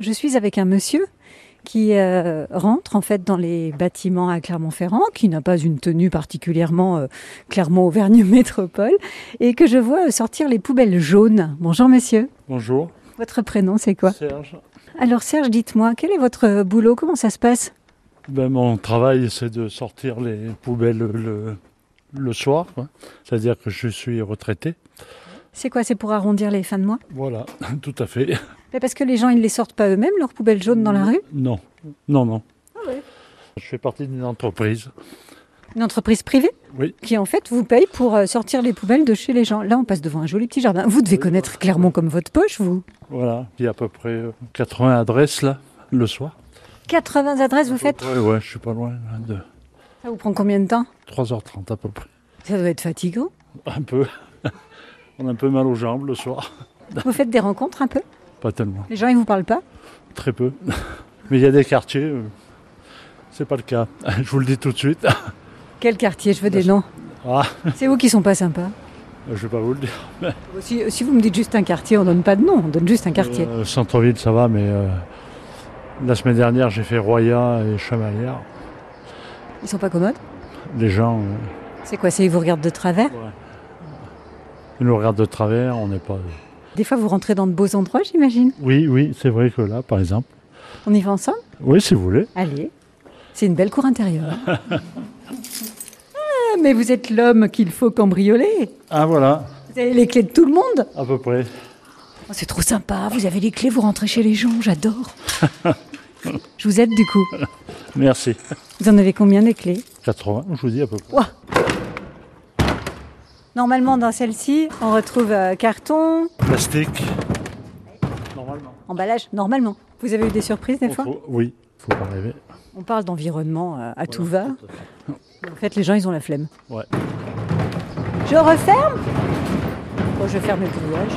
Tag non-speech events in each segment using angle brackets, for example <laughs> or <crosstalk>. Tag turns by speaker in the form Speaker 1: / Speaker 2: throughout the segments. Speaker 1: je suis avec un monsieur qui euh, rentre en fait dans les bâtiments à Clermont-Ferrand, qui n'a pas une tenue particulièrement euh, Clermont-Auvergne <laughs> Métropole, et que je vois sortir les poubelles jaunes. Bonjour monsieur.
Speaker 2: Bonjour.
Speaker 1: Votre prénom c'est quoi
Speaker 2: Serge.
Speaker 1: Alors Serge, dites-moi, quel est votre euh, boulot Comment ça se passe
Speaker 2: Ben, mon travail, c'est de sortir les poubelles le, le soir. quoi. C'est-à-dire que je suis retraité.
Speaker 1: C'est quoi C'est pour arrondir les fins de mois
Speaker 2: Voilà, <laughs> tout à fait.
Speaker 1: Mais Parce que les gens, ils ne les sortent pas eux-mêmes, leurs poubelles jaunes dans la rue
Speaker 2: Non, non, non.
Speaker 1: Ah ouais.
Speaker 2: Je fais partie d'une entreprise.
Speaker 1: Une entreprise privée
Speaker 2: Oui.
Speaker 1: qui en fait vous paye pour euh, sortir les poubelles de chez les gens. Là, on passe devant un joli petit jardin. Vous devez connaître Clermont comme votre poche, vous.
Speaker 2: Voilà. Il y a à peu près euh, 80 adresses là, le soir.
Speaker 1: 80 adresses, vous faites
Speaker 2: Ouais, ouais, je suis pas loin là, de
Speaker 1: Ça vous prend combien de temps
Speaker 2: 3h30 à peu près.
Speaker 1: Ça doit être fatigant.
Speaker 2: Un peu. <laughs> On a un peu mal aux jambes le soir.
Speaker 1: Vous faites des rencontres un peu
Speaker 2: Pas tellement.
Speaker 1: Les gens, ils vous parlent pas
Speaker 2: Très peu. <laughs> Mais il y a des quartiers. euh, C'est pas le cas. <laughs> Je vous le dis tout de suite.
Speaker 1: Quel quartier Je veux des noms.
Speaker 2: Ah,
Speaker 1: C'est vous qui sont pas sympas.
Speaker 2: je vais pas vous le dire.
Speaker 1: Si, si vous me dites juste un quartier, on donne pas de nom, on donne juste un quartier.
Speaker 2: Euh, Centre-ville, ça va, mais euh, la semaine dernière, j'ai fait Roya et Chamalières.
Speaker 1: Ils sont pas commodes
Speaker 2: Les gens, euh,
Speaker 1: C'est quoi C'est ils vous regardent de travers
Speaker 2: ils nous regardent de travers, on n'est pas. euh,
Speaker 1: Des fois, vous rentrez dans de beaux endroits, j'imagine.
Speaker 2: Oui, oui, c'est vrai que là, par exemple.
Speaker 1: On y va ensemble
Speaker 2: Oui, si vous voulez.
Speaker 1: Allez. C'est une belle cour intérieure.
Speaker 2: <laughs>
Speaker 1: hein. ah, mais vous êtes l'homme qu'il faut cambrioler.
Speaker 2: Ah, voilà,
Speaker 1: Vous avez les clés de tout le monde
Speaker 2: à peu près.
Speaker 1: Oh, C'est trop sympa, vous avez les clés, vous rentrez chez les gens,
Speaker 2: <laughs>
Speaker 1: j'adore. Je vous aide du coup.
Speaker 2: Merci.
Speaker 1: Vous en avez combien des clés
Speaker 2: 80, je vous dis à peu près.
Speaker 1: Ouah. Normalement dans celle-ci, on retrouve euh, carton,
Speaker 2: Plastique. Normalement.
Speaker 1: emballage, normalement. Vous avez eu des surprises des fois
Speaker 2: Faut- Oui, faut pas rêver.
Speaker 1: On parle d'environnement euh, à tout va.
Speaker 2: tout
Speaker 1: En fait, les gens, ils ont la flemme.
Speaker 2: Ouais.
Speaker 1: Je referme Bon, je ferme le grillage.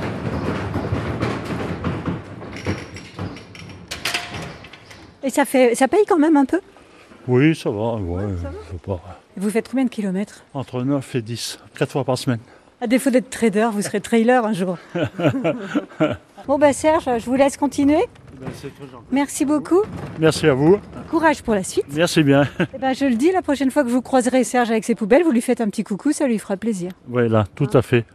Speaker 1: Et ça, fait, ça paye quand même un peu
Speaker 2: Oui, ça va. Ouais, faut pas.
Speaker 1: Vous faites combien de kilomètres
Speaker 2: Entre 9 et 10, 4 fois par semaine.
Speaker 1: À défaut d'être trader, vous serez trailer un <laughs> jour. bon bah Serge, je vous laisse continuer. Merci beaucoup.
Speaker 2: Merci à vous.
Speaker 1: Courage pour la suite.
Speaker 2: Merci bien.
Speaker 1: Eh ben, je le dis, la prochaine fois que vous croiserez Serge avec ses poubelles, vous lui faites un petit coucou, ça lui fera plaisir.
Speaker 2: Voilà, tout à fait.